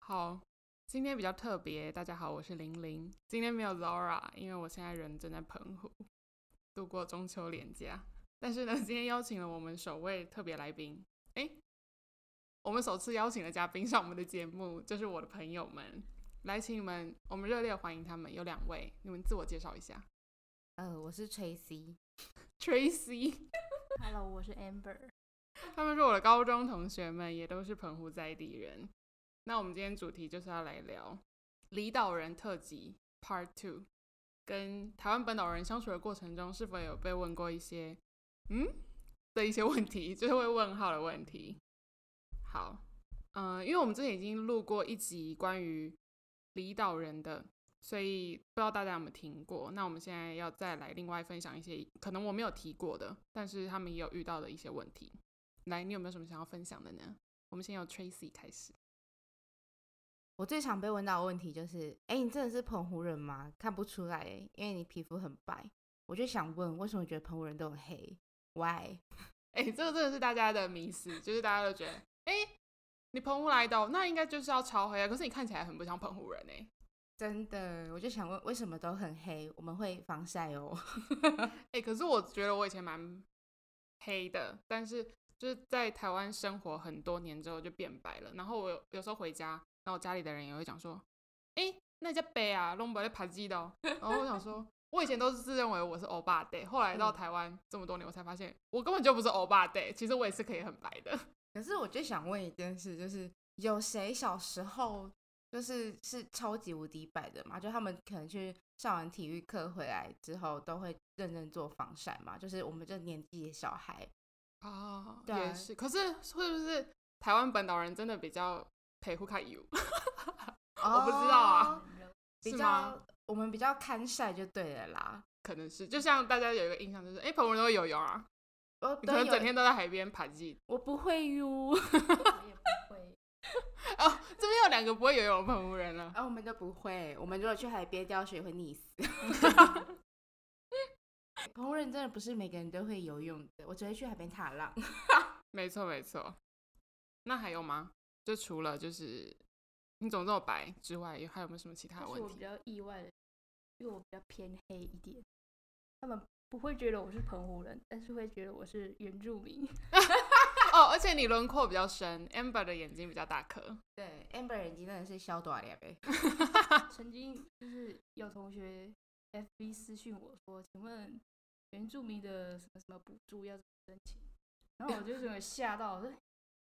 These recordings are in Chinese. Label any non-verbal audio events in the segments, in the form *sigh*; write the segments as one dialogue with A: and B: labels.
A: 好，今天比较特别。大家好，我是玲玲。今天没有 Laura，因为我现在人正在澎湖度过中秋连假。但是呢，今天邀请了我们首位特别来宾，诶，我们首次邀请了嘉宾上我们的节目，就是我的朋友们。来，请你们，我们热烈欢迎他们。有两位，你们自我介绍一下。
B: 呃，我是 Tracy。
A: Tracy，
C: Hello，我是 Amber。
A: 他们是我的高中同学们，也都是澎湖在地人。那我们今天主题就是要来聊离岛人特辑 Part Two，跟台湾本岛人相处的过程中，是否有被问过一些嗯的一些问题，就是会问号的问题。好，嗯、因为我们之前已经录过一集关于离岛人的，所以不知道大家有没有听过。那我们现在要再来另外分享一些可能我没有提过的，但是他们也有遇到的一些问题。来，你有没有什么想要分享的呢？我们先由 Tracy 开始。
B: 我最常被问到的问题就是：哎、你真的是澎湖人吗？看不出来、欸，因为你皮肤很白。我就想问，为什么觉得澎湖人都很黑？Why？
A: 哎、这个真的是大家的迷思，就是大家都觉得，哎、你澎湖来的哦、那应该就是要超黑啊。可是你看起来很不像澎湖人哎、
B: 真的，我就想问，为什么都很黑？我们会防晒哦。 *laughs*
A: 哎、 *laughs* 可是我觉得我以前蛮黑的，但是就是在台湾生活很多年之后就变白了。然后我有有时候回家，然后我家里的人也会讲说，哎、那叫白啊，弄不在爬鸡的、哦。然后我想说。我以前都是自认为我是欧巴 day，后来到
B: 嗯
A: 台湾这么多年，我才发现我根本就不是欧巴 day，其实我也是可以很白
B: *laughs*
A: 的。
B: 可是我就想问一件事，就是有谁小时候就是是超级无敌白的嘛？就他们可能去上完体育课回来之后，都会认真做防晒嘛？就是我们这年纪的小孩，
A: 哦，
B: 对
A: 也
B: 啊
A: 是。可是是不是台湾本岛人真的比较陪护看 you？我不知
B: *laughs*
A: 道啊
B: 哦比
A: 是吗
B: 较我们比较看晒就对了啦。
A: 可能是，就像大家有一个印象就是，哎、澎湖人都会游泳啊，
B: 我
A: 你
B: 都
A: 可能
B: 有
A: 整天都在海边爬记。
B: 我不会哟，
C: 我也不
B: *laughs*
C: 会，
A: 哦，这边有两个不会游泳的澎湖人了。
B: 啊，我们都不会。我们如果去海边掉水会溺死。 *laughs* 澎湖人真的不是每个人都会游泳的，我只会去海边踏浪。
A: 没错，没错。那还有吗？就除了就是你怎么这么白之外，有还有没有什么其他
C: 但
A: 的
C: 是
A: 问
C: 我比
A: 题？
C: 较意外的，因为我比较偏黑一点，他们不会觉得我是澎湖人，但是会觉得我是原住民。
A: 哦，而且你轮廓比较深，Amber 的眼睛比较大颗。
B: *laughs* 对，Amber 眼睛真的是消短了呗。
C: *laughs* 曾经就是有同学 FB 私讯我说，请问原住民的什么什么补助要怎么申请？然后我就有
A: *laughs*
C: 点吓到，我说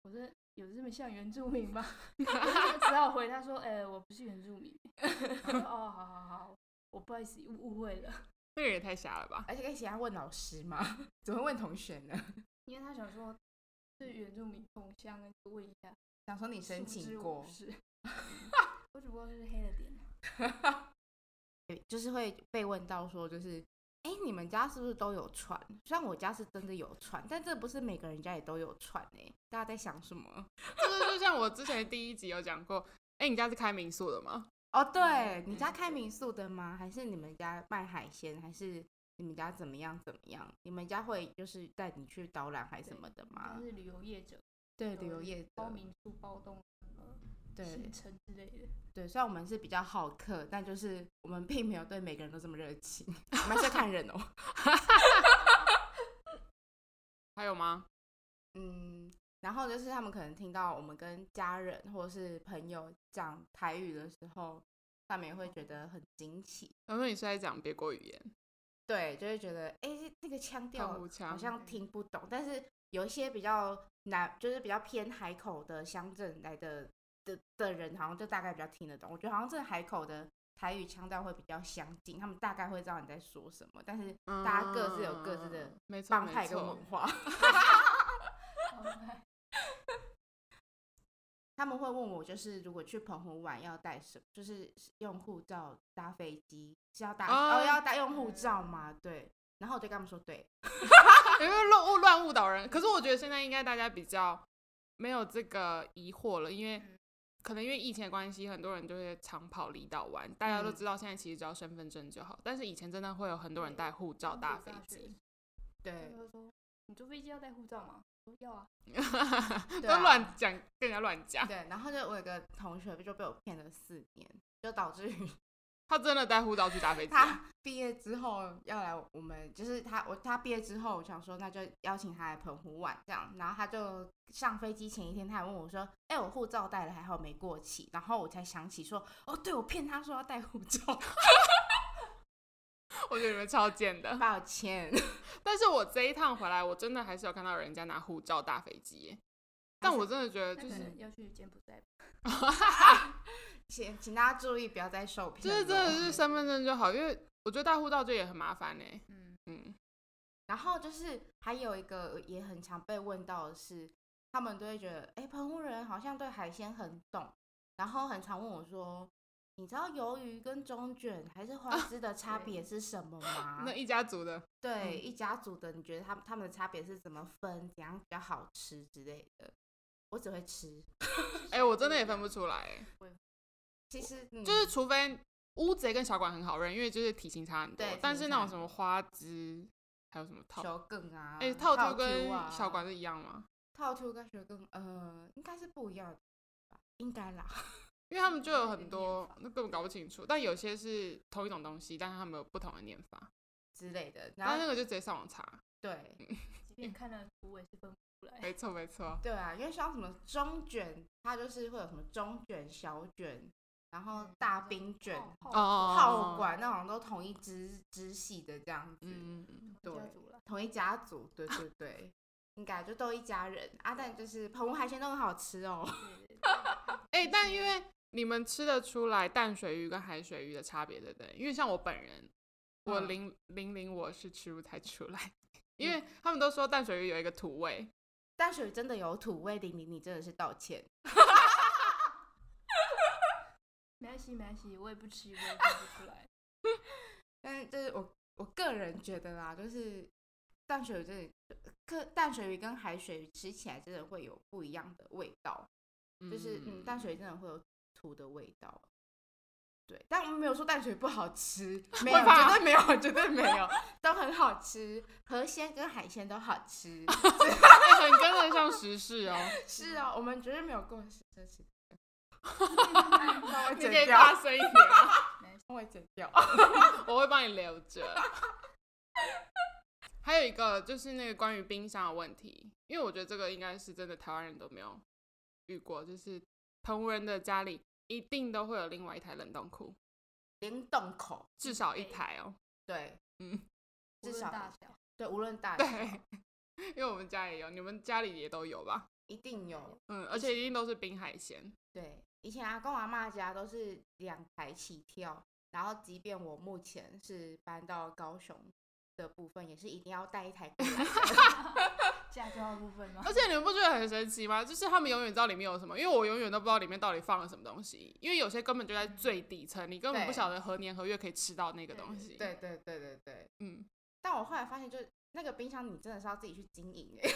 C: 我说有这么像原住
A: *laughs*
C: 民吗？我只好回他说，呃、我不是原住民。他说哦，好好好，我不好意思误误会了，
A: 这个人也太瞎了吧！
B: 而且而且要问老师嘛， *laughs* 怎么会问同学呢？
C: 因为他想说是原住民同乡，就问一下。
B: 想说你申
C: 殊不知
B: 请
C: 我
B: 过 *laughs*
C: 不，是，我只不过是黑了点。
B: 对就是会被问到说，就是哎、诶你们家是不是都有船？虽然我家是真的有船，但这不是每个人家也都有船哎、大家在想什么？
A: 这个就像我之前第一集有讲过，哎、你家是开民宿的吗？
B: 哦，对你
C: 嗯
B: 家开民宿的吗？还是你们家卖海鲜？还是你们家怎么样怎么样？你们家会就是带你去导览还是什
C: 对
B: 么的
C: 他
B: 吗？
C: 是旅游业者，
B: 对，
C: 有
B: 旅游业
C: 包
B: 者，
C: 民宿、包栋
B: 对
C: 行程之类
B: *laughs*
C: 的。
B: 对，虽然我们是比较好客，但就是我们并没有对每个人都这么热情，我们还是要看人哦。
A: 还有吗？
B: 嗯，然后就是他们可能听到我们跟家人或者是朋友讲台语的时候，他们也会觉得很惊奇，
A: 他说你是在讲别国语言，
B: 对，就会觉得哎、诶这个腔调
A: 澎湖腔
B: 好像听不懂，但是有一些比较南，就是比较偏海口的乡镇来的的的人，好像就大概比较听得懂。我觉得好像这个海口的台语腔调会比较相近，他们大概会知道你在说什么，但是大家各自有各自的
A: 嗯没错嗯
B: 帮
A: 没
B: 派跟
A: 错
B: 文化，他们会问我，就是如果去澎湖玩要带什么，就是用护照搭飞机是要搭
A: 哦
B: 哦要搭用护照吗？对，然后我就跟他们说对。
A: 因为乱误乱误导人。可是我觉得现在应该大家比较没有这个疑惑了，因为
B: 嗯
A: 可能因为疫情的关系，很多人就会长跑离岛玩。大家都
B: 嗯
A: 知道现在其实只要身份证就好，但是以前真的会有很多人带护照搭飞机。 *laughs*
C: 他
B: 对，
A: 哦
C: 就会说：“你坐飞机要带护照吗？”说要啊，
B: 对
A: 都
B: 啊
A: 乱讲，跟人家乱讲。
B: 对，然后就我有个同学就被我骗了四年，就导
A: *laughs*
B: 致于
A: 他真的带护照去
B: *laughs*
A: 搭飞机，
B: 他毕业之后要来我们，就是他我他毕业之后，我想说那就邀请他来澎湖玩这样，然后他就上飞机前一天，他还问我说：“哎、我护照带了，还好没过期。”然后我才想起说：“哦，对，我骗他说要带护照， *laughs*
A: 我觉得你们超贱
B: *laughs*
A: 的。
B: 抱歉。
A: 但是我这一趟回来，我真的还是有看到人家拿护照搭飞机
B: 哦
A: 耶，但我真的觉得
C: 那
A: 就
C: 可
A: 是
C: 能要去柬埔寨吧。”
B: 请请大家注意，不要再受骗
A: 就
B: 了。
A: 是真的是身份证就好，因为我觉得带护照就也很麻烦呢。
C: 嗯，
A: 嗯，
B: 然后就是还有一个也很常被问到的是，他们都会觉得，哎，澎湖人好像对海鲜很懂，然后很常问我说，你知道鱿鱼跟中卷还是花枝的差别是什么吗？
A: 啊 *laughs* 那一嗯家族的
B: 对，一家族的，你觉得他们他们的差别是怎么分，怎样比较好吃之类的？我只会吃，
A: 哎、我真的也分不出来欸，
B: 其实、嗯、
A: 就是除非乌贼跟小管很好认，因为就是体型差很多
B: 对体，型
A: 但是那
B: 差
A: 种
B: 很
A: 什么花枝，还有什么套，
B: 球梗啊，
A: 哎、套
B: 套
A: 就
B: Q
A: 跟
B: 啊
A: 小管是一样吗？
B: 套 Q 跟球更，呃，应该是不一样的吧，应该啦。 *laughs*
A: 因为他们就有很
C: 有
A: 多
C: 点念，法
A: 那根本搞不清楚。但有些是同一种东西，但是他们有不同的念法。
B: 之类的，
A: 但
B: 然后
A: 那个就直接上网
B: *laughs*
A: 查，
B: 对，
C: 即便看了图我也是分不出来。
A: 没错没
B: *laughs*
A: 错。
B: 对啊，因为像什么中卷，它就是会有什么中卷、小卷，然后大冰卷、
C: 哦
A: 嗯哦
B: 炮管那种都同一支支系的这样子，
A: 嗯，嗯
C: 对
B: 对， *laughs* 同一家族，
A: *laughs*
B: 对对对，应该就都一家人啊。但就是澎湖海鲜都很好吃哦， *laughs*
A: 哎、但因为你们吃得出来淡水鱼跟海水鱼的差别，对不对？因为像我本人，我
B: 嗯
A: 零零零我是吃不太出来，因为他们都说淡水鱼有一个土味，
B: 淡水真的有土味，玲玲你真的是道歉，
C: 没关系没关系，我也不吃，我也分不
B: *laughs*
C: 出来。
B: 但是就是我我个人觉得啦，就是淡水鱼真的。可淡水鱼跟海水鱼吃起来真的会有不一样的味道，就是嗯，淡
A: *laughs*
B: 水真的会有土的味道。对，但我们没有说淡水不好吃，没有，
A: 会吧
B: 绝对没有，绝对没
A: *laughs*
B: 有，都很好吃，河鲜跟海鲜都好
A: *laughs*
B: 吃。
A: 哎很跟得上时事哦。
B: 是啊，我们绝对没有共识，这是。帮
A: *laughs* 你可
B: 我剪
A: 以
B: 掉，
A: 大声一点啊吗，
B: 帮我剪掉。
A: *laughs* 我会帮你留着。 *laughs* 还有一个就是那个关于冰箱的问题，因为我觉得这个应该是真的台湾人都没有遇过，就是澎湖人的家里一定都会有另外一台冷冻库，
B: 零洞口，
A: 至少一台哦。
B: 对，
A: 嗯，
B: 至
C: 无论
B: 少
C: 大小，
B: 对，无论大小，
A: 对，因为我们家也有，你们家里也都有吧？
B: 一定有。
A: 嗯，而且一定都是冰海鲜。
B: 对，以前阿公阿妈家都是两台起跳，然后即便我目前是搬到高雄的部分，也是一定要带一台过来。
C: 嫁妆的部分吗？
A: 而且你们不觉得很神奇吗？就是他们永远知道里面有什么，因为我永远都不知道里面到底放了什么东西，因为有些根本就在最底层，你根本
B: 对
A: 不晓得何年何月可以吃到那个东西。
B: *laughs* 对，对对对对，
A: 嗯，
B: 但我后来发现就，那个冰箱你真的是要自己去经营、欸，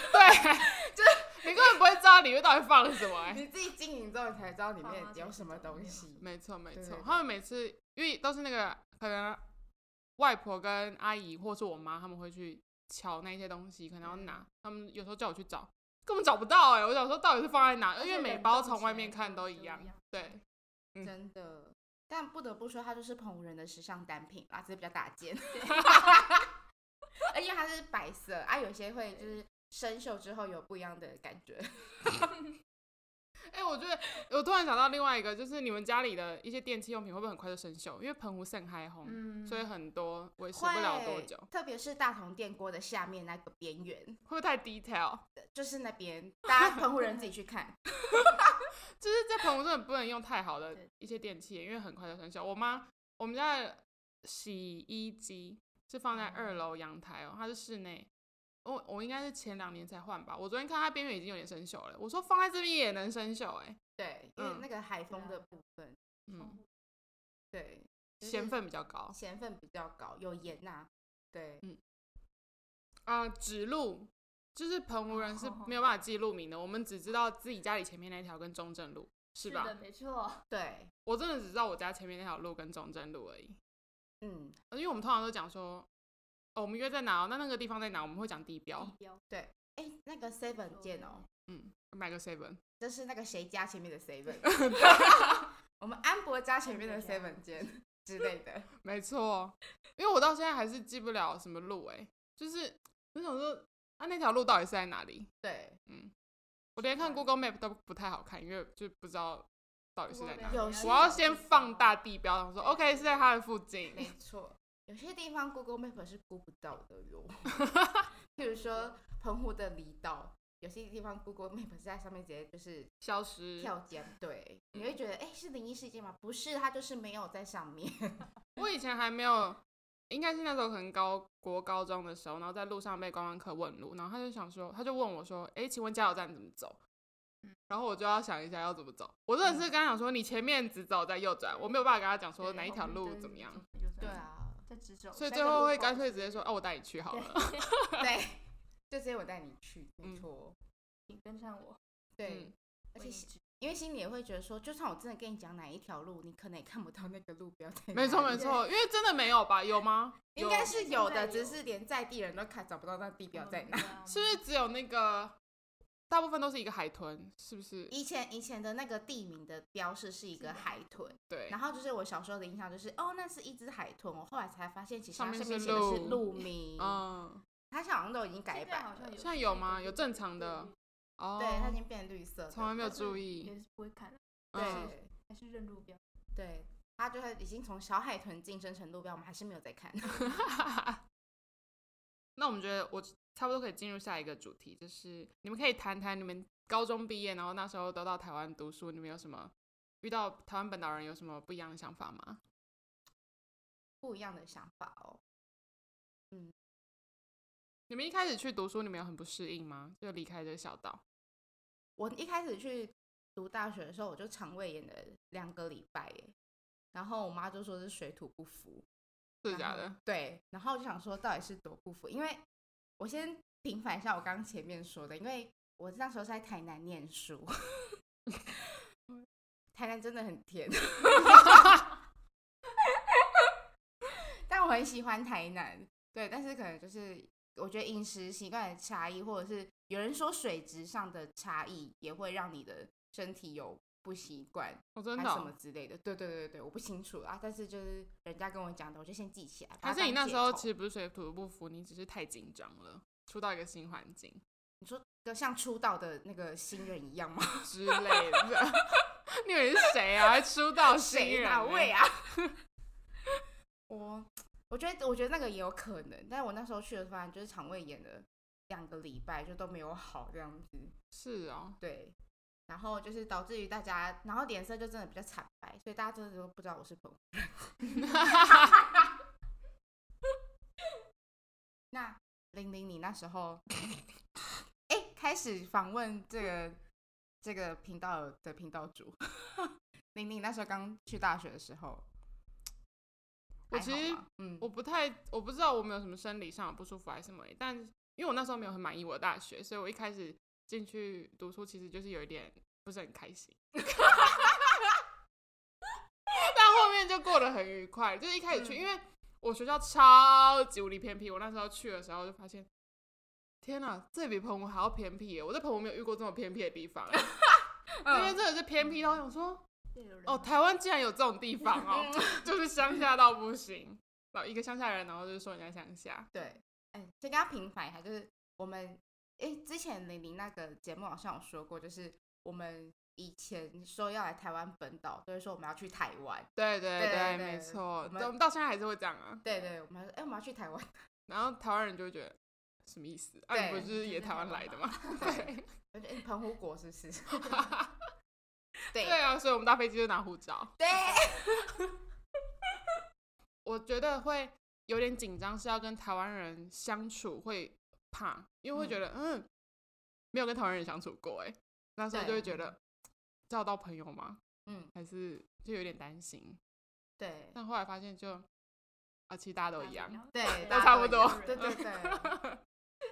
A: 你根本不会知道里面到底放了什么、哎，哦
B: *laughs* 你自己经营之后，你才知道里面
C: 妈妈
B: 有
C: 才
B: 什
C: 知
B: 么
C: 道
B: 东
C: 有
B: 西。
A: 没错没
B: 对
A: 错
B: 对，
A: 他们每次因为都是那个可能外婆跟阿姨或是我妈他们会去瞧那些东西，可能要拿，他们有时候叫我去找，根本找不到哎、我想说到底是放在哪，啊因为每包从外面看都一样。对，嗯
B: 真的。但不得不说，它就是澎湖人的时尚单品啦，只是比较大
A: *laughs*
B: 件，而且它是白色啊，有些会就是生锈之后有不一样的感觉。
A: 哎、我觉得我突然想到另外一个，就是你们家里的一些电器用品会不会很快就生锈？因为澎湖盛开红，
C: 嗯，
A: 所以很多维持不了多久，会
B: 特别是大同电锅的下面那个边缘，
A: 不会太 detail？
B: 就是那边，大家澎湖人自己去看。
A: 就是在澎湖真的不能用太好的
C: 对
A: 一些电器，因为很快就生锈。我妈我们家的洗衣机是放在二楼阳台哦，它是室内。我我应该是前两年才换吧，我昨天看它边缘已经有点生锈了。我说放在这边也能生锈哎、
B: 对，因为
A: 嗯
B: 那个海风
C: 啊
B: 的部分，
A: 嗯，
B: 对，就是
A: 咸分比较高
B: 咸分比较高，有盐呐、对，
A: 啊。指路就是澎湖人是没有办法记路名的，我们只知道自己家里前面那条跟中正路是吧？
C: 的，没错。
B: 对，
A: 我真的只知道我家前面那条路跟中正路而已。呃
B: 嗯，
A: 因为我们通常都讲说，哦，我们约在哪、哦，那那个地方在哪，我们会讲地标。
C: 标
B: 哎、那个 Seven 见哦，
A: 嗯，买个 seven，
B: 这是那个谁家前面的 Seven，我们安博家前面的 Seven 见 *laughs* 之类的。
A: 没错，因为我到现在还是记不了什么路哎、就是我想说啊，那条路到底是在哪里？嗯
B: 对，
A: 我连看
C: 奇怪
A: Google Map 都不太好看，因为就不知道到底是在哪里。
B: 有
A: 我
B: 些
A: 要先放大地标，然后说 OK 是在它的附近。
B: 没错，有些地方 Google Map 是估不到的
A: *laughs*
B: 哟，譬如
A: 啊
B: 说澎湖的离岛。有些地方 Google Map 是在上面直接就是
A: 消失。
B: 跳江，对，
A: 嗯
B: 你会觉得哎、是灵异事件吗？不是，它就是没有在上面。
A: 我以前还没有，应该是那时候可能高国高中的时候，然后在路上被观光客问路，然后他就想说，他就问我说：“诶，请问加油站怎么走？”
B: 嗯
A: 然后我就要想一下要怎么走。我真的是跟他讲说，你前面直走再右转，我没有办法跟他讲说
C: 对
A: 哪一条路怎么样，，*laughs*
B: 对，啊，
C: 在直走，
A: 所以
C: 在
A: 最
C: 那个
A: 后
C: 路
A: 会
C: 口
A: 干脆直接说：“哦，我带你去好了。
C: 对， *laughs*
B: 对，就直接我带你去，没
A: 嗯
B: 错，
C: 请跟上我，
B: 对，
A: 嗯
B: 而
C: 为
B: 且
C: 你
B: 心
C: 指
B: 因为心里也会觉得说，就算我真的跟你讲哪一条路，你可能也看不到那个路标在”
A: 没错
B: 哪
A: 没
B: 里，
A: 错，因为真的没有吧？有吗？
B: 应该
A: 有嗯
B: 是有的，
C: 现在
B: 只
C: 有
B: 是连在地人都看找不到那地标在哪。
A: *laughs*
C: 哪
A: 是不是只有那个？大部分都是一个海豚，是不是？
B: 以前以前的那个地名的标示是一个海豚，
A: 对，
B: 然后就是我小时候的印象就是哦，那是一只海豚。我后来才发现，其实它
A: 上面
B: 上面
A: 是
B: 写的是
A: 鹿 *laughs*
B: 路名，
A: 嗯，
B: 它好像都已经改
C: 现在
B: 版
C: 好
B: 了
C: 像。有，
A: 现在有吗有正常的，哦，
B: 对，它已经变绿色的，
A: 从来没有
C: 但是
A: 注意哦
C: 也是不会看的，
A: 嗯
B: 对
C: 还是认路标，
B: 对，它就是已经从小海豚晋升成路标，我们还是没有
A: *laughs*
B: 在看。
A: 那我们觉得我差不多可以进入下一个主题，就是你们可以谈谈你们高中毕业，然后那时候都到台湾读书，你们有什么遇到台湾本岛人有什么不一样的想法吗？
B: 不一样的想法哦。
A: 你们一开始去读书，你们有很不适应吗？就离开这个小岛？
B: 我一开始去读大学的时候，我就肠胃炎了两个礼拜耶，然后我妈就说是水土不服，
A: 是假
B: 然
A: 的
B: 后？对，然后我就想说到底是多不服，因为我先平反一下我刚刚前面说的，因为我那时候是在台南念
A: *laughs*
B: 书，台南真的很
A: *laughs*
B: 甜，但我很喜欢台南，对，但是可能就是我觉得饮食习惯的差异，或者是有人说水质上的差异，也会让你的身体有不习惯，
A: 我、真
B: 还
A: 的
B: 是什
A: 哦、
B: 么之类的。对对对对，我不清楚啊，但是就是人家跟我讲的，我就先记起来。把
A: 还
B: 它
A: 是你
B: 当
A: 那
B: 借
A: 时候
B: 口
A: 其实不是水土不服，你只是太紧张了，出到一个新环境
B: 你说就像出道的那个新人一样吗？
A: 之类的。你以为是谁啊？还出道新
B: *laughs* 谁
A: 人、
B: 哪
A: 欸？
B: 位
A: *laughs*
B: 啊？我我觉得我觉得那个也有可能，但我那时候去的话，就是肠胃炎了两个礼拜，就都没有好这样子。
A: 是哦，
B: 对，然后就是导致于大家，然后脸色就真的比较惨白，所以大家真的都不知道我是朋友。 *laughs* 那玲玲，你那时候，哎、开始访问这个这个频道的频道主， *laughs* 玲玲那时候刚去大学的时候，
A: 我
B: 还
A: 其
B: 好
A: 实
B: 吗嗯，
A: 我不太，我不知道我们有什么生理上的不舒服还是什么欸，但因为我那时候没有很满意我的大学，所以我一开始进去读书其实就是有一点不是很开心， *laughs* 但后面就过得很愉快。就是一开始去，
B: 嗯
A: 因为我学校超级无敌偏僻，我那时候去的时候就发现，天哪、这比澎湖还要偏僻耶！我在澎湖没有遇过这么偏僻的地方欸，那边
B: 嗯
A: 真的是偏僻到我想说，
C: 对有人
A: 哦，
C: 吗
A: 台湾竟然有这种地方哦， *laughs* 就是乡下到不行。然后一个乡下人，然后就说人家乡下，
B: 对，哎、先跟他平反一下，就是我们哎、之前玲玲那个节目好像有说过，就是我们以前说要来台湾本岛，都会说我们要去台湾，
A: 对对
B: 对对
A: 没
B: 对
A: 错，
B: 我
A: 对
B: 们
A: 我们到现在还是会这样啊。
B: 对对，我们还说哎、我们要去台湾， *laughs*
A: 然后台湾人就会觉得什么意思？啊，
B: 对
A: 你不是也台湾来的吗？对
B: 我就哎、澎湖国是不是？ *laughs* 对
A: 对啊，所以我们搭飞机就拿护照。
B: 对，
A: 我觉得会有点紧张，是要跟台湾人相处会怕，因为会觉得嗯没有跟台湾人相处过哎、欸那时候
B: 对
A: 就会觉得交到朋友吗？
B: 嗯，
A: 还是就有点担心。
B: 对
A: 但后来发现就啊，其实大家都一样。，
C: *laughs*
B: 对
C: 大
B: 都
C: 家都
B: 差
A: 不
C: 一
A: 多嗯
C: 样
B: 对
C: 人
B: 对对，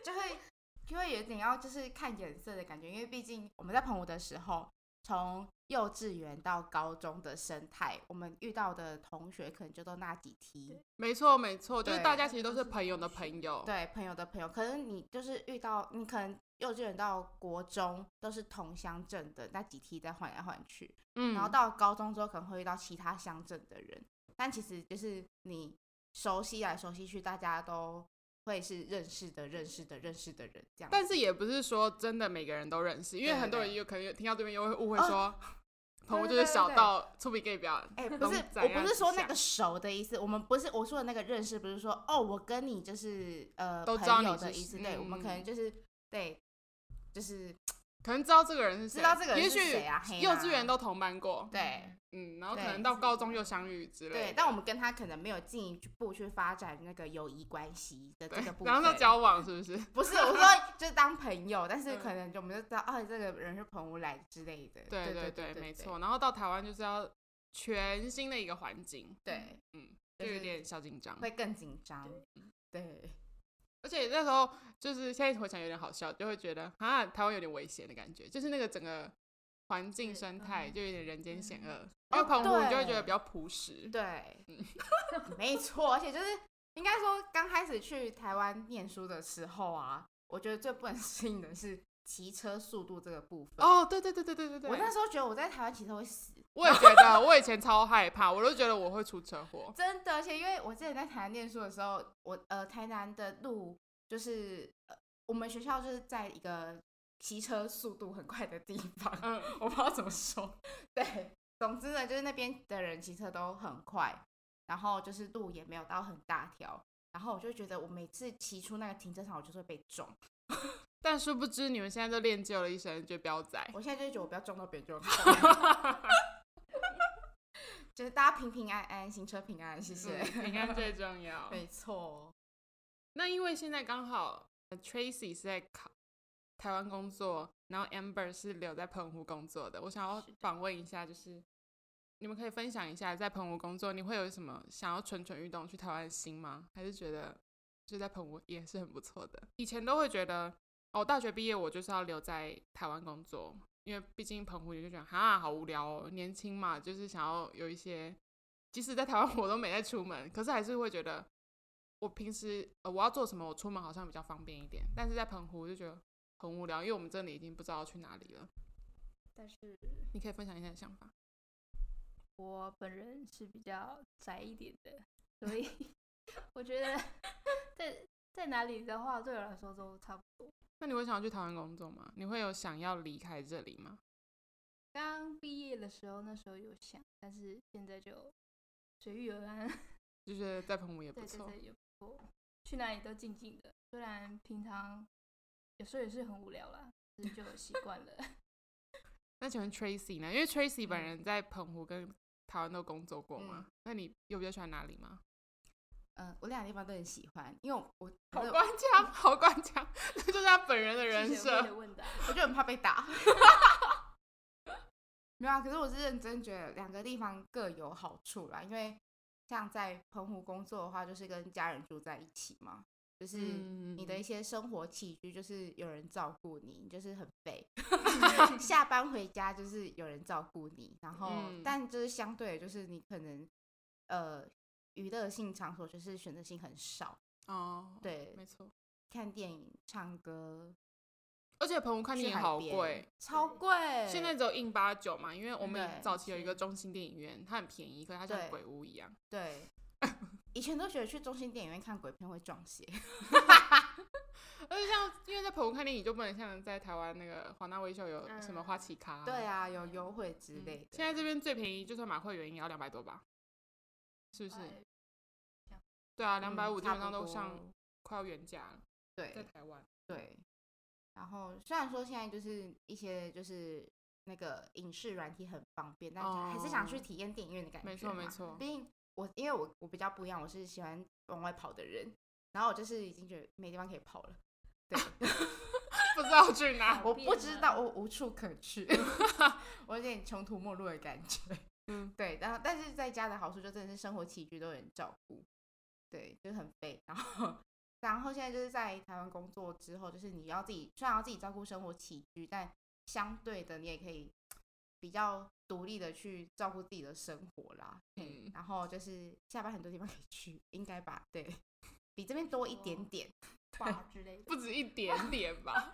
B: 就会就会有点要就是看眼色的感觉，因为毕竟我们在澎湖的时候，从幼稚园到高中的生态，我们遇到的同学可能就都那几梯，
A: 没错没错，就是
B: 对
A: 大家其实都是朋友的朋友，
B: 对朋友的朋友，可是你就是遇到你可能幼稚园到国中都是同乡镇的那几梯在换来换去，
A: 嗯，
B: 然后到高中之后可能会遇到其他乡镇的人，但其实就是你熟悉来熟悉去，大家都会是认识的、认识的、认识的人这样子。
A: 但是也不是说真的每个人都认识，因为
B: 对对
A: 很多人
B: 对
A: 有可能有听到这边又会误会
B: 哦
A: 说，朋友就
B: 对对
A: 是
B: 对
A: 小
B: 对
A: 到粗鄙 gay 表，
B: 哎、不是
A: 东，仔
B: 我不
A: 啊
B: 是说
A: 之
B: 那
A: 下
B: 个熟的意思，我们不是我说的那个认识，不是说哦，我跟你就是呃
A: 都知道
B: 朋友
A: 你
B: 的
A: 是
B: 意思，对，我们可
A: 嗯
B: 能就是对，就是
A: 可能知道这个人是谁，
B: 知道这个
A: 也
B: 人是谁
A: 许
B: 啊，嘿
A: 幼
B: 啦
A: 稚园都同班过，
B: 对
A: 嗯，然后可
B: 对
A: 能到高中又相遇之类的，
B: 对，但我们跟他可能没有进一步去发展那个友谊关系的这个
A: 对，
B: 部分，
A: 然后到交往是不是？
B: *laughs* 不是，我说就是当朋友，但是
A: 嗯
B: 可能就我们就知道，哦，这个人是朋友来之类的。
A: 对
B: 对
A: 对
B: 对，
A: 没。错。然后到台湾就是要全新的一个环境，
B: 对，
A: 嗯，就
B: 就
A: 有
B: 是
A: 点小紧张。
B: 会更紧张。对，
A: 而且那时候就是现在回想有点好笑，就会觉得啊，台湾有点危险的感觉，就是那个整个环境
C: 对
A: 生态
C: 嗯
A: 就有点人间险恶。因
B: 哦
A: 为澎湖你就会
B: 对
A: 觉得比较朴实，
B: 对，
A: *laughs*
B: 没错，而且就是应该说，刚开始去台湾念书的时候啊，我觉得最不能适应的是骑车速度这个部分。
A: 哦，对对对对对对对，
B: 我那时候觉得我在台湾骑车会死，
A: 我也觉得，我以前超害怕，我都觉得我会出车祸。
B: 真的，而且因为我之前在台南念书的时候，我呃台南的路就是、呃、我们学校就是在一个骑车速度很快的地方，
A: 嗯，
B: *laughs* 我不知道怎么说。对，总之呢，就是那边的人骑车都很快，然后就是路也没有到很大条，然后我就觉得我每次骑出那个停车场，我就是会被撞。
A: *laughs* 但殊不知你们现在都练就了一身就彪仔，
B: 我现在就是觉得我不要撞到别人就好，
A: *laughs*
B: 就是大家平平安安，行车平安，谢谢。
A: 嗯平安最重
B: *laughs*
A: 要。
B: 没错，
A: 那因为现在刚好呃 Tracy 是在考台湾工作，然后 Amber 是留在澎湖工作的，我想要访问一下，就是你们可以分享一下在澎湖工作，你会有什么想要蠢蠢欲动去台湾的心吗？还是觉得就在澎湖也是很不错的？以前都会觉得哦，大学毕业我就是要留在台湾工作，因为毕竟澎湖你就觉得哈好无聊哦，年轻嘛，就是想要有一些，即使在台湾我 *laughs* 都没在出门，可是还是会觉得我平时呃我要做什么，我出门好像比较方便一点，但是在澎湖就觉得很无聊，因为我们这里已经不知道去哪里了。
C: 但是
A: 你可以分享一下你的想法。
C: 我本人是比较宅一点的，所以 *laughs* 我觉得 *laughs* 在在哪里的话，对我来说都差不多。
A: 那你会想要去台湾工作吗？你会有想要离开这里吗？
C: 刚毕业的时候，那时候有想，但是现在就随遇
A: *laughs*
C: 而安。
A: 就觉得在澎湖也不
C: 对对
A: 错。
C: 对，也不错，去哪里都静静的。虽然平常有时候也是很无聊啦，但是就习惯
A: *laughs*
C: 了。
A: *laughs* 那请问 Tracy 呢？因为 Tracy 本
B: 嗯
A: 人在澎湖跟台湾都工作过嘛，那你有比较喜欢哪里吗？
B: 嗯、我两个地方都很喜欢，因为我我
A: 好
B: 我
A: 官腔，好官腔， *laughs* 这就是他本人的人
C: 谢谢为
A: 设。
C: 了问答，
B: 我就很怕被打。 *laughs* 没有啊，可是我是认真觉得两个地方各有好处啦，因为像在澎湖工作的话，就是跟家人住在一起嘛，就是
A: 嗯
B: 你的一些生活起居，就是有人照顾你，就是很
A: *laughs*
B: 废。下班回家就是有人照顾你，然后、
A: 嗯
B: 但就是相对的，就是你可能呃娱乐性场所就是选择性很少，
A: 哦，，
B: 对，
A: 没错。
B: 看电影、唱歌，
A: 而且澎湖看
B: 去
A: 电影
B: 海
A: 好
B: 边
A: 贵，，
B: 超贵，
A: 现在只有印八九嘛，因为我们
B: 对
A: 早期有一个中心电影院，它很便宜，可是它像
B: 对
A: 鬼屋一样。
B: 对，
A: *laughs*
B: 以前都觉得去中心电影院看鬼片会撞邪，
A: 而且像因为在澎湖看电影，就不能像在台湾那个华纳微秀有什么花旗卡、
B: 对啊，有优惠之
A: 嗯
B: 类的。
A: 现在这边最便宜就算买会员也要两百多吧，是不是？
C: 哎
A: 对啊，
B: 嗯
A: 两百五基
B: 差
A: 本
B: 不
A: 上都
B: 多
A: 上快要原价了，在
B: 对
A: 台湾。 *laughs*
B: 对，然后虽然说现在就是一些就是那个影视软体很方便，但是还是想去
A: 哦
B: 体验电影院的感觉。
A: 没错没错
B: 毕竟我因为我我比较不一样，我是喜欢往外跑的人，然后我就是已经觉得没地方可以跑了。对，
A: 不知道去
B: *laughs*
A: 哪。
C: 好
B: 我
C: 变
B: 不知
C: 啊
B: 道，我无处可
A: *laughs*
B: 去，我有点穷途末路的感觉。
A: 嗯，
B: *laughs* 对，然后但是在家的好处就真的是生活起居都有人照顾，对，就是很废。然后，然后现在就是在台湾工作之后，就是你要自己虽然要自己照顾生活起居，但相对的你也可以比较独立的去照顾自己的生活啦。
A: 嗯
B: 然后就是下班很多地方可以去，应该吧？对，比这边多一
A: 哦
B: 点点。
C: 吧之类的。
A: 不止一点点吧？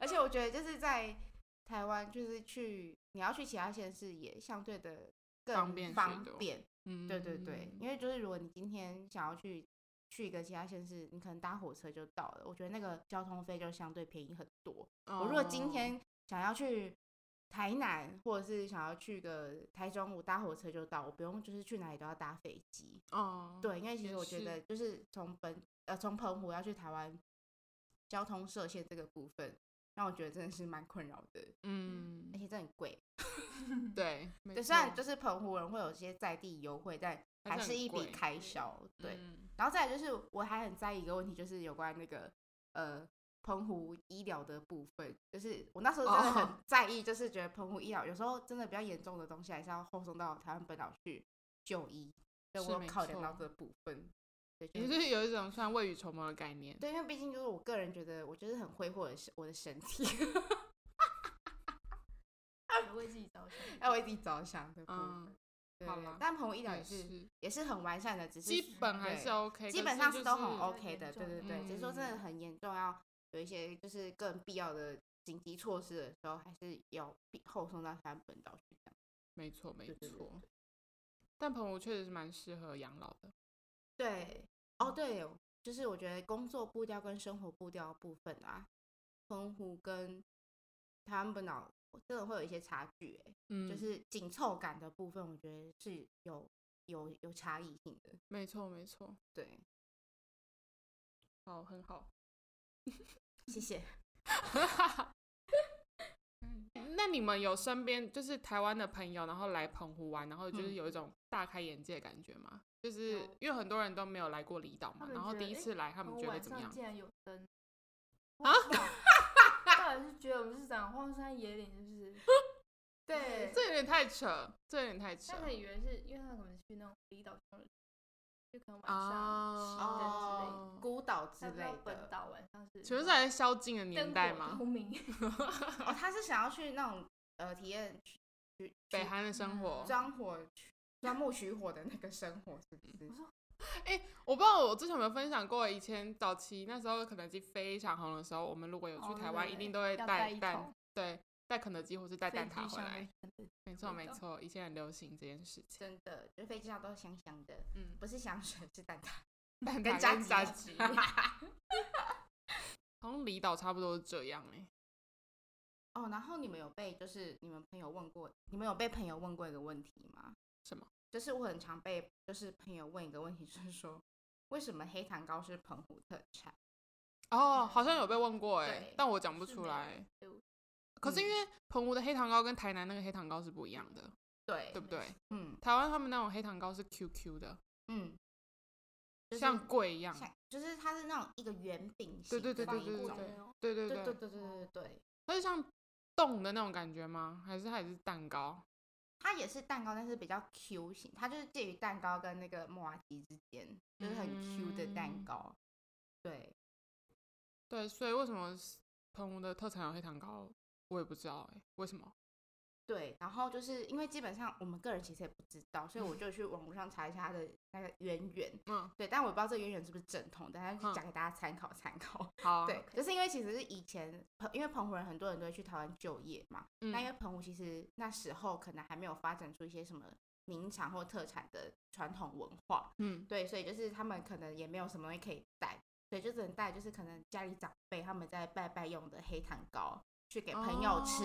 B: 而且我觉得就是在台湾，就是去你要去其他县市也相对的更
A: 方便许
B: 方
A: 多
B: 便
A: 嗯，
B: *laughs* 对对对，因为就是如果你今天想要去去一个其他县市，你可能搭火车就到了，我觉得那个交通费就相对便宜很多。我如果
A: 哦
B: 今天想要去台南，或者是想要去个台中，我搭火车就到，我不用就是去哪里都要搭飞机。
A: 哦，哦，
B: 对，因为其
A: 也
B: 实我觉
A: 是
B: 得就是从本呃从澎湖要去台湾，交通设限这个部分，让我觉得真的是蛮困扰的，
A: 嗯
B: 而，且真的很贵。
A: 对，没
B: 嗯对，虽然
A: 错
B: 就是澎湖人会有一些在地优惠，但
A: 还
B: 还
A: 是
B: 是
A: 很
B: 一笔
A: 贵
B: 开销。对，
A: 嗯
B: 然后再来就是我还很在意一个问题，就是有关那个呃澎湖医疗的部分，就是我那时候真的
A: 哦 *laughs*
B: 很在意，就是觉得澎湖医疗有时候真的比较严重的东西，还是要后送到台湾本岛去就医，所以
A: 是
B: 我有
A: 没
B: 考量到
A: 错
B: 这部分。
A: *laughs*
B: 对，就
A: 也
B: 是
A: 是有一种算未雨绸缪的概念。
B: 对，因为毕竟就是我个人觉得我就是很挥霍我的身我的身体， *laughs*
C: 也为自己着
A: *laughs*
C: 想。
B: 要为自己着想的部分。
A: 嗯，
B: 对
A: 好
B: 对
A: 啦
B: 但澎湖医疗
A: 也
B: 也是
A: 是，
B: 也是很完善的，只是
A: 基本还是
B: 对
A: OK，
B: 基
A: 可
B: 本
A: 是
B: 上
A: 就是
B: 都很
C: 比较
B: OK
C: 严
B: 的，对
C: 重
B: 对
C: 的
B: 对，只是说真的
A: 嗯
B: 很严重，要有一些就是更必要的紧急措施的时候，还是要必后送到台湾本岛去这样。
A: 没错没
B: 对对对
A: 错。但澎湖确实是蛮适合养老的，
B: 对，哦对，就是我觉得工作步调跟生活步调的部分啊，澎湖跟台湾本岛真的会有一些差距、欸，
A: 嗯，
B: 就是紧凑感的部分，我觉得是有有有差异性的。
A: 没错没错，
B: 对，
A: 好很好。
B: 谢谢。
A: 那你们有身边就是台湾的朋友，然后来澎湖玩，然后就是
B: 嗯
A: 有一种大开眼界的感觉吗？就是
C: 有
A: 因为很多人都没有来过离岛嘛，
C: 们
A: 然后
C: 觉得
A: 第一
C: 诶
A: 次来，他
C: 我
A: 们
C: 们
A: 觉得
C: 晚
A: 怎么
C: 上
A: 样？
C: 竟然有灯啊！到底是觉得我们是长荒山野岭，是不是？
B: 对
A: 这有点太扯，这有点太扯
C: 他。可以以为是因为他可能去那种离岛上的，就可能晚上熄灯之类的。
A: 哦
B: 孤岛之
C: 他不知
B: 类
C: 道
B: 的，
C: 本岛晚上是
A: 请问是在宵禁的
C: 灯
A: 年代
C: 火
A: 吗？
C: 通明，
B: 哦，他是想要去那种呃体验取取
A: 北
B: 取
A: 韩的生
C: 嗯
A: 活，
B: 钻火取钻木取火的那个生活，是不
C: 嗯
B: 是？
A: 我不知道我之前有没有分享过，以前早期那时候肯德基非常红的时候，我们如果有去
C: 哦
A: 台
C: 对
A: 湾，
C: 对
A: 一定
C: 对
A: 都会
C: 要带
A: 带
C: 一
A: 蛋
C: 桶，
A: 对，带肯德基或是带
C: 飞
A: 蛋
C: 机
A: 挞回
C: 上
A: 来
C: 面。可能
A: 没错
C: 味
A: 没
C: 道
A: 错，以前很流行这件事情。
B: 真的，就飞机上都是香香的，
A: 嗯，
B: 不是香水，是
C: *laughs*
B: 蛋挞。
A: 蛋
B: 跟
A: 挞
B: 炸
A: 跟
B: 鸡
A: 炸鸡，好像离岛差不多是这样哎、
B: 哦，然后你们有被就是你们朋友问过，你们有被朋友问过一个问题吗？
A: 什么？
B: 就是我很常被就是朋友问一个问题，就是说为什么黑糖糕是澎湖特产？
A: 哦，好像有被问过哎、
B: 对
A: 但我讲不
C: 是
A: 出
C: 没有
A: 来
C: 对我。
A: 可是因为澎湖的黑糖糕跟台南那个黑糖糕是不一样的，
B: 对
A: 对不对？
B: 嗯
A: 台湾他们那种黑糖糕是 QQ 的，
B: 嗯，就是
A: 像桂一样。
B: 像就是它是那种一个圆饼
A: 对
B: 形
A: 对
B: 的
A: 对
B: 那
A: 对
B: 一
A: 对对
B: 种，
A: 对对对
B: 对
A: 对
B: 对对，对对对。
A: 它是像冻的那种感觉吗？还是它也是蛋糕？
B: 它也是蛋糕，但是比较 Q 型，它就是介于蛋糕跟那个莫拉鸡之间，就是很 Q 的蛋
A: 嗯
B: 糕。对，
A: 对，所以为什么澎湖的特产有黑糖糕，我也不知道哎、为什么？
B: 对，然后就是因为基本上我们个人其实也不知道，所以我就去网络上查一下它的那个渊源。
A: 嗯，
B: 对，但我不知道这个渊源是不是正统，但是就
A: 嗯哦
B: 讲给大家参考参考。
A: 好，啊
B: 对，就是因为其实是以前，澎因为澎湖人很多人都会去台湾就业嘛，
A: 嗯，
B: 那因为澎湖其实那时候可能还没有发展出一些什么名产或特产的传统文化，
A: 嗯
B: 对，所以就是他们可能也没有什么东西可以带，所以就只能带就是可能家里长辈他们在拜拜用的黑糖糕去给朋友吃，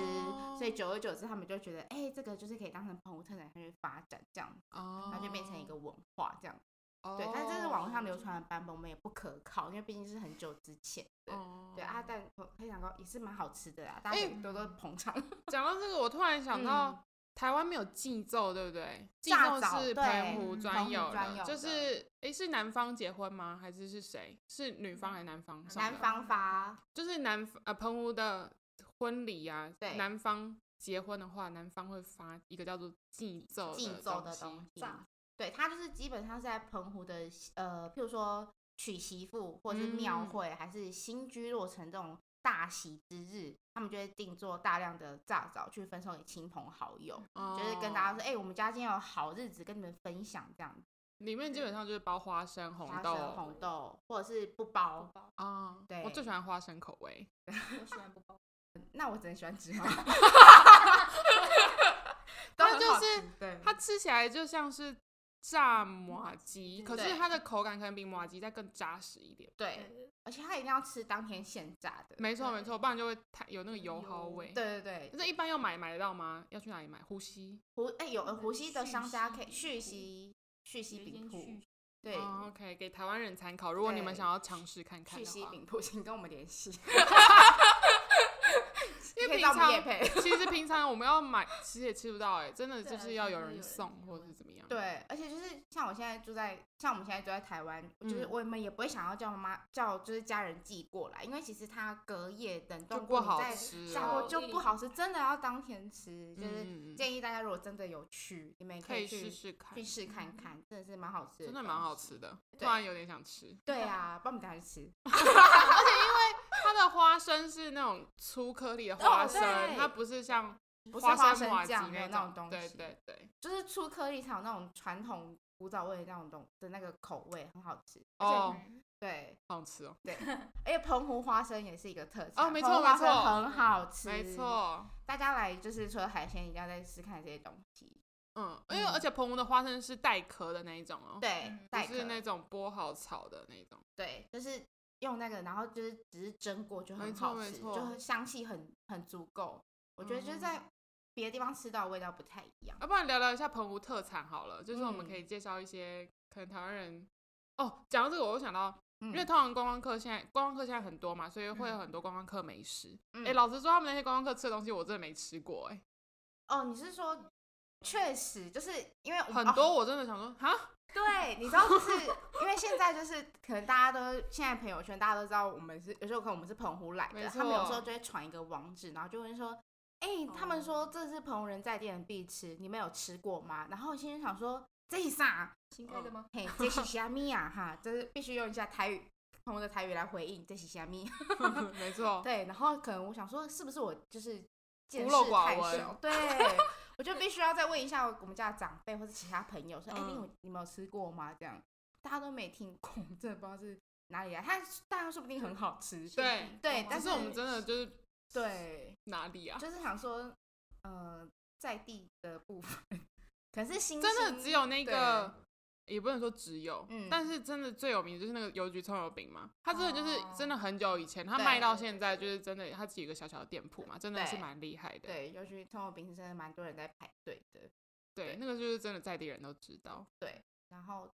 B: 所以
A: 哦
B: 久而久之他们就觉得，哎、这个就是可以当成澎湖特产去发展这样，
A: 哦，
B: 然后就变成一个文化这样。
A: 哦，
B: 对，但是这是网络上流传的版本，我们也不可靠，因为毕竟是很久之前的。
A: 哦
B: 对啊，但黑糖糕也是蛮好吃的啦，大家
A: 哎
B: 可以多多
A: *laughs*
B: 捧场。
A: 讲到这个，我突然想到。
B: 嗯
A: 台湾没有祭奏，对不对？祭
B: 炸
A: 奏
B: 枣
A: 是
B: 对
A: 澎湖
C: 嗯
A: 专
B: 澎湖
A: 有
B: 专有
A: 就
B: 的
A: 是诶，是男方结婚吗？还是是谁？是女方还是男方送的？
B: 南嗯方发，
A: 就是男方呃澎湖的婚礼啊，
B: 对
A: 男方结婚的话，男方会发一个叫做祭奏
B: 寄走的东西嗯
C: 炸。
B: 对，它就是基本上是在澎湖的，呃，譬如说娶媳妇，或者是庙
A: 嗯
B: 会，还是新居落成这种大喜之日，他们就会定做大量的炸枣去分送给亲朋好友，就是跟大家说，
A: 哦
B: 哎、我们家今天有好日子跟你们分享这样子。
A: 里面基本上就是包花生、红
B: 花
A: 豆
B: 生、红豆，或者是不包。
C: 包，
A: 啊。
B: 对
A: 我最喜欢花生口味。
C: 我喜欢不包。
B: 那我只能喜欢 *laughs* 芝麻，都
A: 它
B: 很好
A: 就是
B: 吃对嗯
A: 它吃起来就像是炸马吉，
C: 对
A: 可是它的口感可能比马吉再更扎实一点。
C: 呃
B: 对，而且它一定要吃当天现炸的。
A: 没错
C: 对
A: 没错，不然就会太有那个油耗
C: 油
A: 味。，
B: 对对对，
A: 那一般要买买得到吗？要去哪里买？呼吸。
B: 湖哎、有呃湖西的
C: 旭
B: 商家
C: 熙
B: 可以续
C: 饼铺
B: 西续西
C: 有一
B: 饼
C: 间
B: 铺
C: 续，
B: 对，
A: 哦，OK，给台湾人参考。如果你们
B: 对
A: 想要尝试看看
B: 续
A: 的
B: 西
A: 话，
B: 饼铺，请跟我们联系，
A: 因
B: 可
A: 为平
B: 以找我们
A: 常
B: 也配。
A: 其实平常我们要买，其实也吃不到哎、真的
C: 对
A: 就
C: 啊
A: 是要
C: 其实
A: 有
C: 会有
A: 人
C: 人
A: 送
C: 送
A: 或者是怎么样。，
B: 对，而且就是像我现在住在，像我们现在住在台湾，就是
A: 嗯
B: 我们也不会想要叫妈妈叫就是家人寄过来，因为其实它隔夜冷
A: 就
B: 冻
A: 不
B: 过，你
A: 好
B: 再
A: 吃
B: 下锅
A: 哦。
B: 就不好吃，真的要当天吃，就是
A: 嗯嗯嗯
B: 建议大家如果真的有去，你们也
A: 可以试
B: 去
A: 试看嗯
B: 去，试看看，真的是蛮好吃，
A: 真的蛮好。吃的。突
B: 对
A: 然有点想吃。
B: 对啊，帮我们大家去吃。
A: 它的花生是那种粗颗粒的花生，
B: 哦对
A: 它不是像
B: 不是花
A: 生
B: 生
A: 麻吉
B: 酱，没有那
A: 那
B: 种东
A: 对
B: 西，
A: 对对，
B: 就是出颗粒才有那种传统古早味的那种东的那个口味，很好吃。
A: 哦，
B: 嗯对，
A: 好好吃哦，
B: 而且澎湖花生也是一个特产，
A: 哦没错
B: 澎湖花生
A: 没错
B: 很好吃，
A: 没。错，
B: 大家来就是除了海鲜，一定要再试看这些东西。
A: 嗯，因为
B: 嗯
A: 而且澎湖的花生是带壳的那一种哦，
B: 对
C: 嗯，
B: 带
A: 不是
B: 壳
A: 那种剥好炒的那种，
B: 对，就是用那个，然后就是只是蒸过就
A: 没
B: 很
A: 错
B: 好
A: 没
B: 吃，
A: 错嗯
B: 就是香气很很足够。我觉得就是在别的地方吃到的味道不太一样。
A: 要啊不然聊聊一下澎湖特产好了，就是我们
B: 嗯
A: 可以介绍一些可能台湾人。哦，讲到这个，我又想到，
B: 因
A: 因为通常观光客现在观光客现在很多嘛，所以会有
B: 嗯
A: 很多观光客美食。哎、
B: 嗯
A: 老实说，他们那些观光客吃的东西，我真的没吃过、诶
B: 哦，你是说确实就是因为我
A: 哎，
B: 们
A: 很多
B: 哦
A: 我真的想说，
B: *laughs*
A: 哈，
B: 对，你知道，就是因为现在就是可能大家都现在朋友圈大家都知道我们是有时候可能我们是澎湖来
A: 没
B: 的，他们有时
A: 错哦
B: 候就会传一个网址，然后就会说，哎、他们说这是澎湖人在地人必吃，你们有吃过吗？然后我心里想说，这是啥？
C: 新开的吗？
B: 嘿，这是虾米啊哈，就是必须用一下台语，澎湖的台语来回应这是虾米。
A: 没错，
B: 对，然后可能我想说，是不是我就是见
A: 孤陋
B: 识
A: 寡
B: 太
A: 闻
B: 少？对，我就必须要再问一下我们家的长辈或者其他朋友，说，哎、你
A: 嗯
B: 有你们有吃过吗？这样大家都没听过， *laughs* 真的不知道是哪里来。它大家说不定很好吃，
A: 对
B: 对但
A: 但是我们
B: 是
A: 真的就是
B: 对，
A: 哪里啊？
B: 就是想说，呃，在地的部分，可是新
A: 真的
B: 兴
A: 只有那个，也不能说只有，
B: 嗯
A: 但是真的最有名的就是那个邮局葱油饼嘛，它真的就是
B: 哦
A: 真的很久以前，它
B: 对
A: 卖到现在就是真的，它自己有一个小小的店铺嘛，真的是
B: 对
A: 蛮厉害的。
B: 对，尤其通过平时真的蛮多人在排队的，
A: 对
B: 对
A: 那个就是真的在地人都知道。
B: 然后。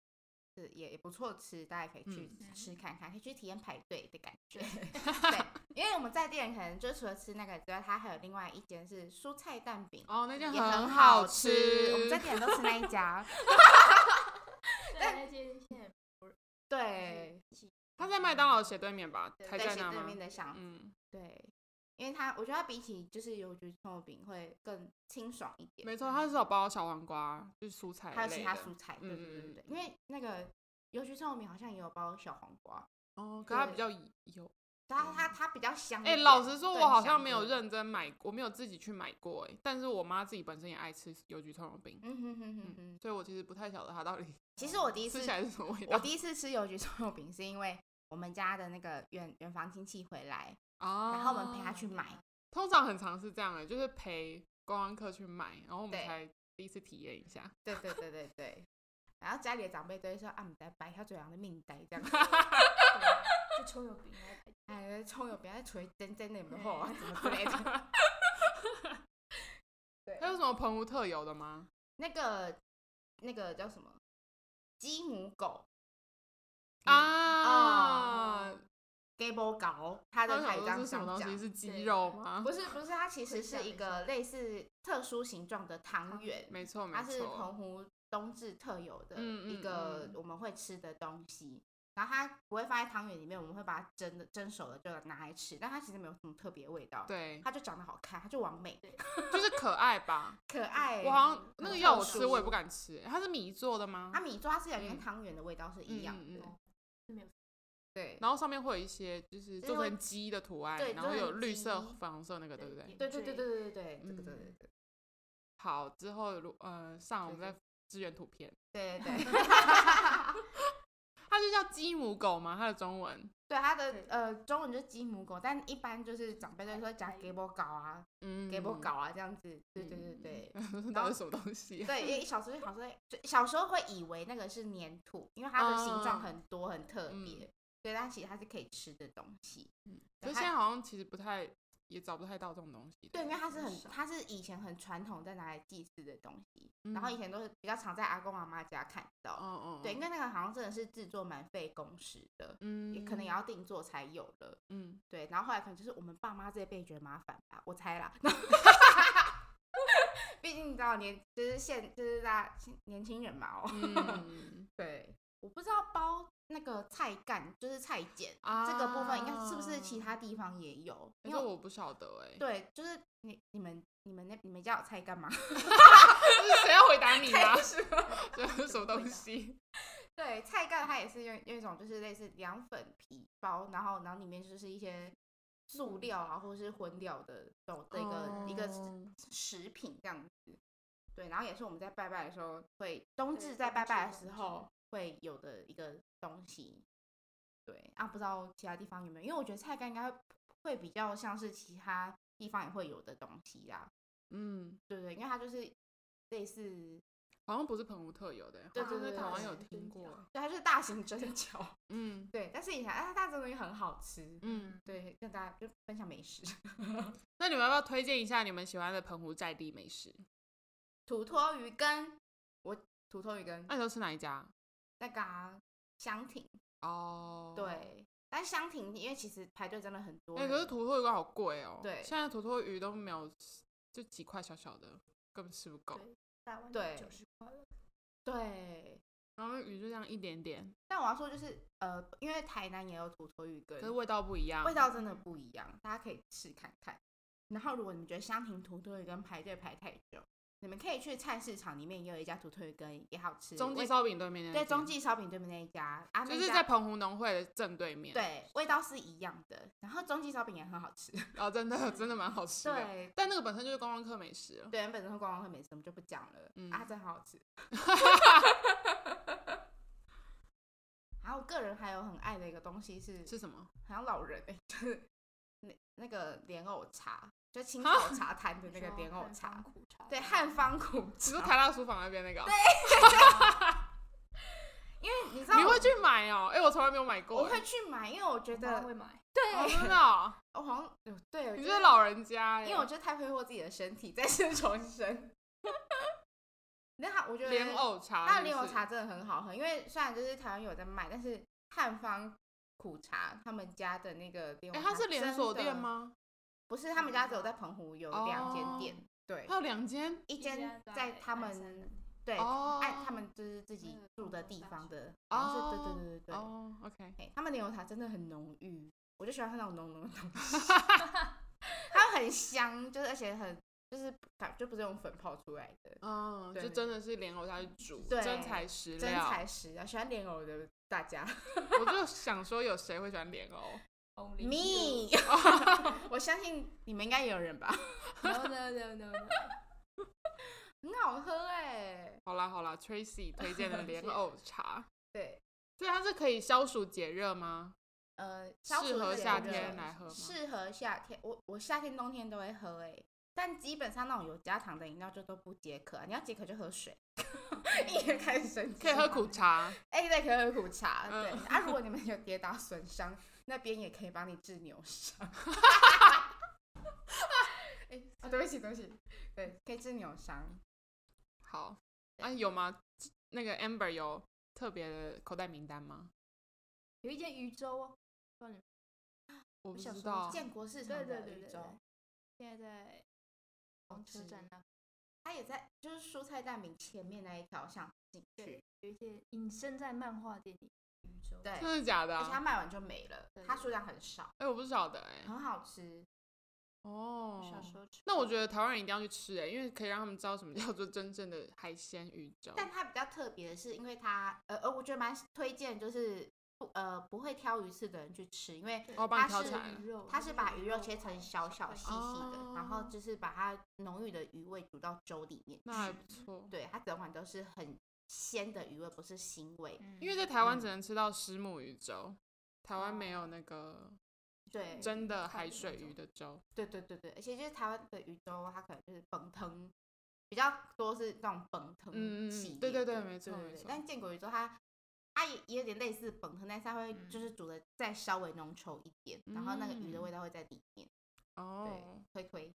B: 是也也不错吃，大家可以去
C: 嗯
B: 吃看看，可以去体验排队的感 *laughs* 觉。对，因为我们在地人可能就除了吃那个之外，它还有另外一间是蔬菜蛋饼，
A: 哦，那
B: 也
A: 件
B: 很
A: 好
B: 吃。我们在地人都吃那一 *laughs* 家。
C: 但那间现在
B: 对，
A: 它在麦当劳斜对面吧？
C: 对
A: 还
B: 嗯在
A: 在
B: 斜
A: 那
B: 对
A: 吗
B: 面？的巷子。
A: 嗯，
B: 对，因为它我觉得它比起就是邮局葱油饼会更清爽一点，
A: 没错，它是有包小黄瓜，就是蔬菜类的，
B: 还有其他蔬菜。对
A: 嗯
B: 对对
A: 嗯
B: 对，因为那个邮局葱油饼好像也有包小黄瓜，
A: 哦，可它
B: 对
A: 比较油。
B: 它它它比较香一
A: 哎、
B: 点。
A: 老实说，
B: 更
A: 我好像
B: 香
A: 没有
B: 一点。
A: 认真买，我没有自己去买过哎、但是我妈自己本身也爱吃邮局葱油饼，
B: 嗯哼哼哼
A: 嗯
B: 哼，，
A: 所以我其实不太晓得它到底
B: 其实我第一次
A: 吃起来是什么味
B: 我
A: 道
B: 第一次吃邮局葱油饼是因为我们家的那个远远房亲戚回来，
A: 啊
B: 然后我们陪他去
A: 哦
B: 买。
A: 通常很常是这样的、就是陪观光客去买，然后我们
B: 对
A: 才第一次体验一下。
B: 对对对对对。然后家里的长辈都会说啊，你在白小嘴羊的命呆这样，
A: *laughs*
C: 对就葱油饼来排
B: 哎，葱油饼要捶真真的有没有啊，什么之类的。
A: *laughs*
B: 对
A: 还有什么澎湖特有的吗？
B: 那个那个叫什么鸡母狗嗯
A: 啊，
B: 哦 g a b l 狗，它
A: 我
B: 的
A: 想
B: 台
A: 说
B: 章
A: 是什么
B: 上
A: 东西？
B: 讲。
A: 是鸡
C: 对
A: 肉吗？
B: 不是不是，它其实
C: 会
B: 是
C: 像
B: 一
C: 没
B: 个类似特殊形状的汤圆，
A: 没错，没
B: 它是
A: 错。
B: 澎湖冬至特有的
A: 嗯
B: 一
A: 嗯
B: 个
A: 嗯
B: 我们会吃的东西。然后它不会放在汤圆里面，我们会把它蒸的蒸熟了就拿来吃，但它其实没有什么特别味道，，
A: 对，
B: 它就长得好看，它就完美
A: 就是可爱
B: *laughs*
A: 吧。
B: 可爱。
A: 我好像那
B: 很
A: 个
B: 特
A: 要我吃，
B: 殊
A: 我也不敢吃。它是米做的吗
B: 它？米做它吃起来跟
A: 嗯
B: 汤圆的味道是一样的，
A: 嗯嗯嗯
C: 是没有
B: 对
A: 然后上面会有一些就是
B: 就是
A: 做
B: 会
A: 成鸡的图案
B: 对，
A: 然后
B: 做成
A: 有绿色、
B: 鸡
A: 粉红色那个，对不对？
B: 对对对对对对对，这个
A: 嗯
B: 对对对
A: 好，之后如呃上我们
B: 对对
A: 再支援图片，
B: 对对对，
A: 它就叫鸡母狗嘛，它的中文，
B: 对它的
C: 对
B: 呃中文就是鸡母狗，但一般就是长辈都说讲给我搞啊，
A: 嗯，
B: 给我搞，啊这样子，对对对
C: 嗯
A: *laughs*
B: 对。
A: 到底是什么东西啊、
B: 对，因为小时候小时候就小时候会以为那个是粘土，因为它的形
A: 嗯
B: 状很多很特
A: 嗯
B: 别，对，但其实它是可以吃的东西。
A: 可是现在好像其实不太，也找不太到这种东西。
B: 对，因为它是
C: 很
B: 很，
C: 少
B: 它是以前很传统在拿来祭祀的东西，然后
A: 嗯
B: 以前都是比较常在阿公阿妈家看
A: 哦
B: 到。
A: 哦，
B: 对，因为那个好像真的是制作蛮费工时的，
A: 嗯，
B: 也可能也要定做才有的。
A: 嗯，
B: 对，然后后来可能就是我们爸妈这一辈觉得麻烦吧，我猜啦。 *laughs* 毕竟你知道年就是现就是大家年轻人嘛、哦，
A: 嗯
B: *laughs*
A: 嗯
B: 对，我不知道包那个菜干，就是菜碱、
A: 啊
B: 这个部分，应该是不是其他地方也有？
A: 可
B: 因
A: 是
B: 为
A: 我不晓得哎、欸，
B: 对，就是你你们你们那你们家有菜干吗？ *laughs*
A: 是谁要回答 *laughs* 你啊？
B: *laughs*
A: 这是什么东西？
B: 对，菜干它也是用用一种就是类似凉粉皮包，然后然后里面就是一些塑料啊或者是混料的这种这个、一个
A: 哦
B: 食品这样子。对，然后也是我们在拜拜的时候会冬
C: 对
B: 至在
C: 冬
B: 拜
C: 至
B: 拜的
C: 冬
B: 时
C: 至
B: 候会有的一个东西。对啊，不知道其他地方有没有，因为我觉得菜干应该会会比较像是其他地方也会有的东西啦。
A: 嗯，
B: 对对，因为它就是类似，
A: 好像不是澎湖特有的、欸，
B: 对
A: 好像
B: 对
A: 在
B: 对
A: 台湾
B: 对
A: 有
C: 对
A: 听
C: 真
A: 过
C: 假
A: 欸、
B: 对，它就是大型蒸饺。 *laughs*
A: 嗯
B: 对，但是以前啊，它真的也很好吃。
A: 嗯。
B: 对，跟大家就分享美食， *laughs*
A: 那你们要不要推荐一下你们喜欢的澎湖在地美食？
B: 土托鱼羹，我土托鱼羹
A: 那你都吃哪一家？
B: 那个啊香挺，
A: 哦，。
B: 对，但香挺因为其实排队真的很多
A: 哎、
B: 人，
A: 可是土托鱼好贵哦、
B: 对
A: 现在土托鱼都没有，就几块小小的，根本吃不够。
C: 对大碗
B: 对
C: 九十块了，
B: 对。
A: 然后鱼就这样一点点，
B: 但我要说就是呃，因为台南也有土托鱼羹
A: 可，是味道不一样。
B: 味道真的不一样，大家可以试看看。然后如果你们觉得香挺土托鱼羹排队排太久，你们可以去菜市场里面也有一家土托鱼羹也好吃，
A: 中
B: 味
A: 继烧饼对面那
B: 对
A: 间
B: 中继烧饼对面那一家啊，那
A: 就是
B: 家
A: 在澎湖农会的正对面。，
B: 对味道是一样的，然后中继烧饼也很好
A: *laughs*
B: 吃。
A: 哦，真的真的蛮好吃的。
B: 对
A: 但那个本身就是观光客美食了。
B: 对，原本的观光会美食我们就不讲了，
A: 嗯
B: 啊，真好好吃。然后我个人还有很爱的一个东西是，
A: 是什么？
B: 好像老人、欸、就是那那个莲藕茶，就青
A: 啊
B: 草茶摊的那个莲藕茶，
C: 苦茶，
B: 对，汉方苦
A: 你说
B: 茶。
A: 台大书房那边那个哦、
B: 因为你知道
A: 你
B: 我，
A: 会去买哦、哎、我从来没有买过、
B: 我会去买，因为我觉
C: 我妈
B: 得
C: 会买，
A: 哦
B: 对，
A: 真
B: *laughs*
A: 的哦、
B: 我好像有对，我
A: 你
B: 觉
A: 这
B: 得
A: 是，老人家、耶
B: 因为我觉得太挥霍自己的身体，再次重生。 *laughs* 那他，我觉得
A: 莲藕茶，
B: 那
A: 是不
B: 莲藕
A: 是
B: 茶真的很好喝，因为虽然就是台湾有在卖，但是汉方苦茶他们家的那个莲
A: 哎、
B: 藕茶，
A: 它是连锁店？吗？
B: 不是，他们家只有
C: 嗯
B: 在澎湖有两间店，
A: 哦
B: 对
A: 它，有两间
B: 一
C: 一
B: 间
C: 家
B: 在他
C: 爱山的
B: 们对
A: 哦，
B: 爱他们就是自己
C: 那个
B: 住的
C: 东
B: 地
C: 东大
B: 方
C: 学
B: 的，好像是对
A: 哦
B: 对对对对，
A: 哦，OK，
B: 嘿他们莲藕茶真的很浓郁，我就喜欢喝那种浓浓的
A: *laughs*
B: 东西，它很香，就是而且很就是感就不是用粉泡出来的，
A: 嗯，
B: 对
A: 就真的是莲藕下去煮，
B: 对
A: 真材实
B: 真
A: 料。
B: 材实料，喜欢莲藕的大家。
A: 我就想说，有谁会喜欢莲藕？
C: Only you
B: me，我 *laughs* 相信你们应该也有人吧，
C: no no no no no，
B: 很好喝哎、
A: 好啦好啦，Tracy 推荐
B: *laughs*
A: 的莲藕茶，
B: 对，
A: 所以它是可以消暑解热吗？
B: 呃，消暑
A: 适合
B: 解
A: 夏
B: 热
A: 天来喝吗？
B: 适合夏天，我我夏天冬天都会喝哎、但基本上那种有加糖的饮料就都不解渴、啊，你要解渴就喝水， *laughs* 一天开始生
A: *laughs*
B: 气
A: 可以喝苦茶，
B: 哎、对，可以喝苦茶，
A: 嗯
B: 对啊，如果你们有跌打损伤， *laughs* 那边也可以帮你治扭伤。 *laughs* 哎、啊，对不起，对不起，对，可以治扭伤。
A: 好啊，有吗？那个 Amber 有特别的口袋名单吗？
C: 有一间渔州哦，
A: 我不
C: 我小
A: 知
C: 时候
A: 道，
B: 建国市
C: 对
B: 场
C: 对
B: 的
C: 对
B: 宇
C: 对
B: 宙哦
C: 对。，现在在
B: 好
C: 红车
B: 吃
C: 站那
B: 它也在就是蔬菜蛋饼前面那一条巷进去
C: 对，有一间隐身在漫画店里的宇宙，
B: 对，哎而且
A: 真的假的、
B: 它
A: 啊？
B: 卖完就没了
C: 对，
B: 它数量很少，
A: 哎、我不晓得哎、
B: 很好吃。
C: 我小
A: 哦，
C: 时候吃。
A: 那我觉得台湾人一定要去吃哎、因为可以让他们知道什么叫做真正的海鲜宇宙。
B: 但它比较特别的是，因为它呃呃，我觉得蛮推荐，就是不呃不会挑鱼刺的人去吃，因为
A: 哦，把
B: 它
A: 你挑
B: 是
A: 起来了
C: 鱼肉
B: 它是把鱼肉切
C: 块
B: 成小小细
A: 哦
B: 细的，然后就是把它浓郁的鱼味煮到粥里面
A: 那还
B: 去。
A: 不错。
B: 对，它整碗都是很鲜的鱼味，不是腥味。
C: 嗯
A: 因为在台
B: 嗯
A: 湾只能吃到石母鱼粥，台湾没有那个
B: 哦对，
A: 真的
C: 嗯
A: 海水鱼的粥。
B: 对对对对，而且就是台湾的鱼粥，它可能就是本藤比较多是那种本藤
A: 嗯嗯嗯
B: 系列的、
A: 对对对没错
B: 对
A: 没
B: 对
A: 错
B: 但建国鱼粥它它也也有点类似本藤，但是它会
A: 嗯
B: 就是煮的再稍微浓稠一点，然后那个鱼的味道会在里面。
A: 哦，
B: 推推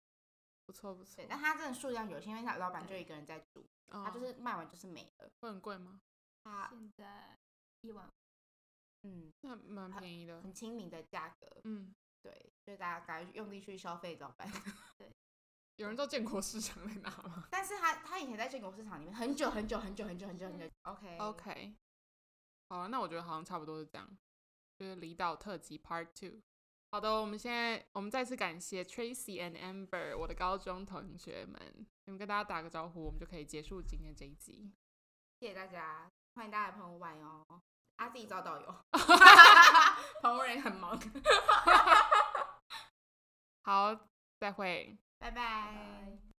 A: 不错不错
B: 对，。但它真的数量有限，因为它老板就一个人在煮，
A: 哦
B: 它就是卖完就是没了。
A: 会很贵吗？
B: 它
C: 现在一碗
B: 嗯
A: 那蛮便宜的。
B: 很亲民的价格，
A: 嗯，
B: 对，所以大家该用力去消费老板。 *laughs*
A: 有人知道建国市场在哪吗
B: 但是他他以前在建国市场里面很久很久很久很久很久很久，OK
A: 嗯？OK，好啊，那我觉得好像差不多是这样，就是离岛特辑 Part Two。好的，我们现在我们再次感谢 Tracy and Amber，我的高中同学们，你们跟大家打个招呼，我们就可以结束今天这一集。
B: 谢谢大家，欢迎大家来朋友玩哦。他、自己找导 *laughs* 游，朋友人很忙，
A: 好，再会。
B: 拜
C: 拜
B: 拜
C: 拜。